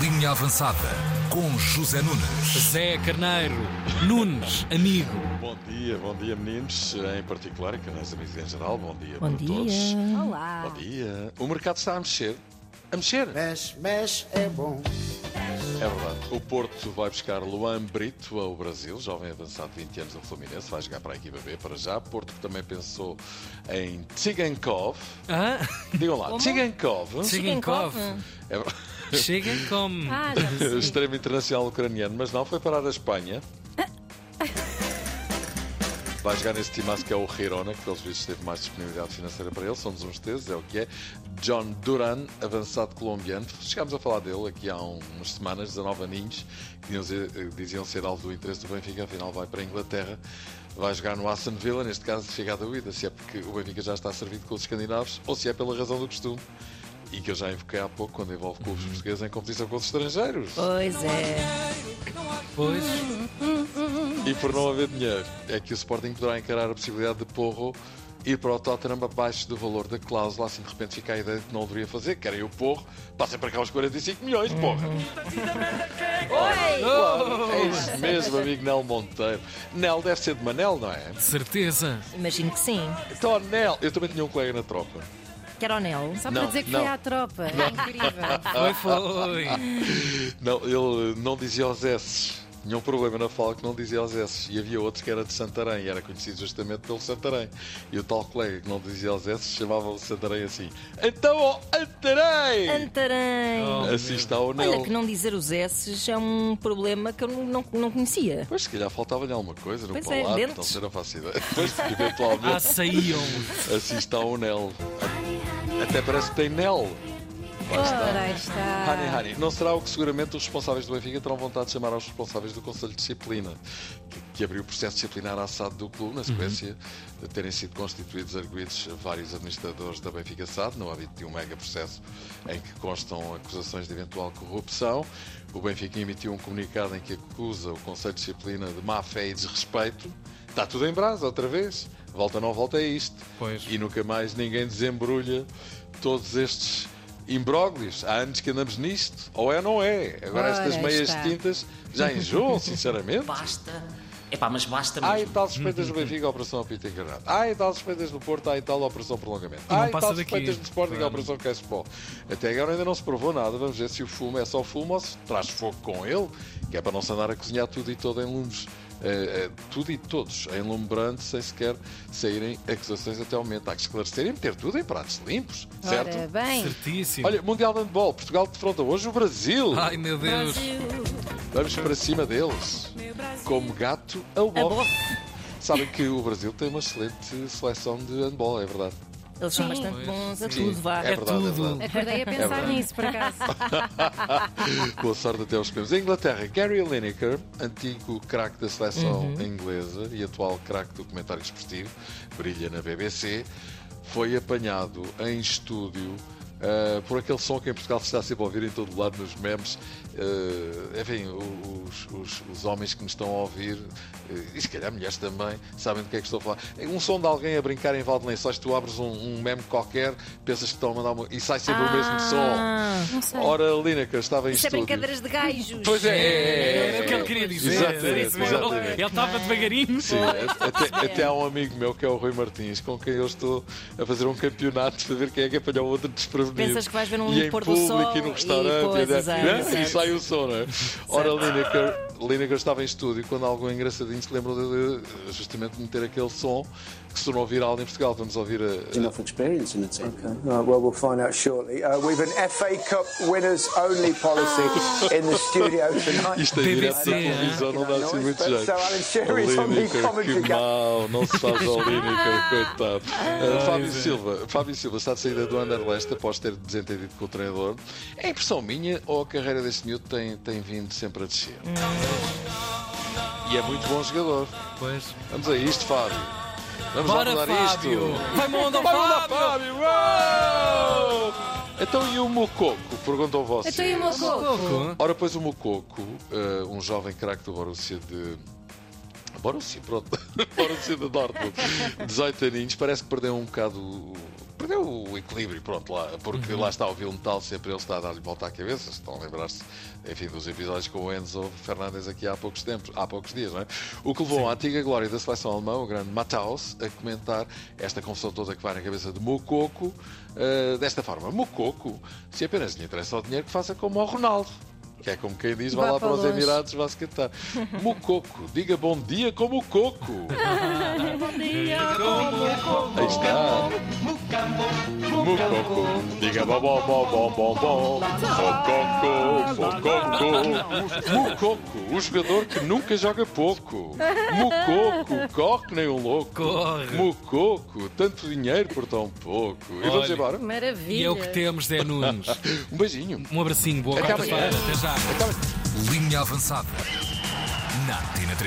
Linha Avançada com José Nunes. Zé Carneiro, Nunes, amigo. Bom dia, bom dia meninos, em particular, e canais amigos em geral, bom dia Bom para dia. todos. Olá. Bom dia. O mercado está a mexer. A mexer. Mexe, mexe é bom. É verdade. O Porto vai buscar Luan Brito ao Brasil, jovem avançado de 20 anos do Fluminense, vai jogar para a equipa B para já. Porto que também pensou em Tsigankov. Hã? Digam lá, Tsigankov. Chega em cove. É verdade. Chega em come. Ah, já O percebi. extremo internacional ucraniano, mas não foi parar a Espanha. Vai jogar nesse timaço que é o Girona, que pelos vistos teve mais disponibilidade financeira para ele, somos uns teses, é o que é. John Duran, avançado colombiano, chegámos a falar dele aqui há um- umas semanas, 19 aninhos, que diziam ser- eh, diziam ser alvo do interesse do Benfica, afinal vai para a Inglaterra, vai jogar no Aston Villa, neste caso chega à dúvida se é porque o Benfica já está servido com os escandinavos ou se é pela razão do costume. E que eu já invoquei há pouco quando envolve clubes portugueses em competição com os estrangeiros. Pois é. Pois. E por não haver dinheiro, é que o Sporting poderá encarar a possibilidade de Porro ir para o Tottenham abaixo do valor da cláusula, assim de repente fica a ideia de que não o deveria fazer, querem o Porro, passem para cá os 45 milhões, porra! Oi! Claro, é isso mesmo, amigo Nel Monteiro. Nel deve ser de Manel, não é? De certeza. Imagino que sim. Então, Nel, eu também tinha um colega na tropa. Caronel. Só Não, para dizer que não. foi à tropa. É incrível. Foi, foi. Não, ele não dizia os S. Tinha um problema na fala que não dizia os S. E havia outro que era de Santarém, e era conhecido justamente pelo Santarém. E o tal colega que não dizia os S chamava o Santarém assim. Então, ó, Antarém! Antarém. Assim está o Olha, Nel. que não dizer os S é um problema que eu não, não, não conhecia. Pois, se calhar faltava-lhe alguma coisa no Pois é, palato, dentes. não sei, não faço ideia. Pois, porque Ah, eventualmente, saíam. assim está o Nel. Até parece que tem Nel. Ora, aí está. Honey, honey, não será o que seguramente os responsáveis do Benfica terão vontade de chamar aos responsáveis do Conselho de Disciplina, que, que abriu o processo disciplinar à SAD do clube, na sequência de terem sido constituídos arguídos vários administradores da Benfica SAD, no âmbito de um mega processo em que constam acusações de eventual corrupção. O Benfica emitiu um comunicado em que acusa o Conselho de Disciplina de má fé e desrespeito. Está tudo em brasa, outra vez. Volta ou não volta é isto. Pois. E nunca mais ninguém desembrulha todos estes imbróglios. Há anos que andamos nisto. Ou é ou não é. Ora, Agora estas meias está. tintas já enjoam, sinceramente. Basta. Epá, mas basta mesmo. Ai, Hum, tal suspeitas do Benfica, Operação Apito Encarnado. Ai, tal suspeitas do Porto, ai, tal Operação Prolongamento. não Ai, passa tal daqui. suspeitas do Sporting, Claro. Operação Cashball. Até agora ainda não se provou nada. Vamos ver se o fumo é só fumo ou se traz fogo com ele, que é para não se andar a cozinhar tudo e todo em lumes. eh, eh, tudo e todos em lume brando, sem sequer saírem acusações até ao momento. Há que esclarecer e meter tudo em pratos limpos, certo? Ora, bem. Certíssimo. Olha, Mundial de Handball, Portugal defronta hoje o Brasil. Ai, meu Deus. Vamos para cima deles. Como gato ao bofe. Sabem que o Brasil tem uma excelente seleção de handball, é verdade. Eles são Sim. bastante bons a Sim, tudo, vá. É verdade, é tudo. verdade. Acordei a pensar verdade. nisso, por acaso. Boa sorte até aos primos. Em Inglaterra, Gary Lineker, antigo craque da seleção Uhum. inglesa e atual craque do comentário esportivo, brilha na BBC, foi apanhado em estúdio ah, por aquele som que em Portugal se está sempre a ouvir em todo lado nos memes. Ah, enfim, o- os, os- os homens que me estão a ouvir, eh, e se calhar mulheres também, sabem do que é que estou a falar. É Um som de alguém a brincar em Valde Lençóis, tu abres um, um meme qualquer, pensas que estão a mandar uma... e sai sempre o um mesmo som. Ah, Não sei. Ora, Lineker estava em Isso é estúdio. brincadeiras de gajos. Pois é, é, é, Era o que ele queria dizer. Era Exatamente, isso mesmo. exatamente. Ele estava devagarinho. Sim, é, até, até há um amigo meu que é o Rui Martins, com quem eu estou a fazer um campeonato para ver quem é que apanhou o outro desprevenido. Pensas que vais ver um e em pôr do público sol e no e restaurante coisas, e, é, né? e certo. sai o som, não é? Ora, Lineker, Lineker estava em estúdio quando algum engraçadinho se lembrou de, de justamente meter aquele som que se tornou viral em Portugal. Vamos ouvir a, enough experience in the team. Uh, well, we'll find out shortly. Uh, we've an FA Cup winners only policy in the studio tonight. Isto é direto da BBC, televisão, não dá assim muito jeito. Só é Alan Shearer is on the Lineker, que commentary guy. mal, não se faz ao Lineker, coitado. Ah, Uh, Fábio é. Silva, Fábio Silva está de saída do Anderlecht após ter desentendido com o treinador. É impressão minha ou a carreira deste miúdo tem, tem vindo sempre a descer? Hum. E é muito bom jogador. Pois. Vamos a isto, Fábio. Vamos lá Bora, mudar Fábio. isto. Vai, manda Vai mudar, Fábio. Fábio! Uau! Então e o Mococo? Perguntam vocês. Então e o meu coco? Pouco. Ora, pois o Mococo, eh, um jovem craque do Borussia de. Borussia, pronto. Borussia de Dortmund, 18 aninhos, parece que perdeu um bocado o- perdeu o equilíbrio, pronto, lá, porque lá está o Vil Metal, sempre ele está a dar-lhe volta à cabeça, estão a lembrar-se, enfim, dos episódios com o Enzo Fernandes aqui há poucos tempos, há poucos dias, não é? O que levou a antiga glória da seleção alemã, o grande Matthaus, a comentar esta confusão toda que vai na cabeça de Mococo, eh, desta forma, Mococo, se apenas lhe interessa o dinheiro, que faça como ao Ronaldo. Que é como quem diz, vá Vá lá para para os longe. Emirados, vá-se cantar. Mococo, diga bom dia como o Coco. Aí está. Mucoco, diga bom bom bom bom bom bom. Mococo, mococo. Mucoco, o jogador que nunca joga pouco. Mucoco, corre nem um louco. Corre. Mucoco, tanto dinheiro por tão pouco. E vamos Olha. embora. Maravilha. E é o que temos, Zé Nunes. Um beijinho. Um abracinho, boa Acaba quarta-feira. Até já. Linha avançada. Na Tina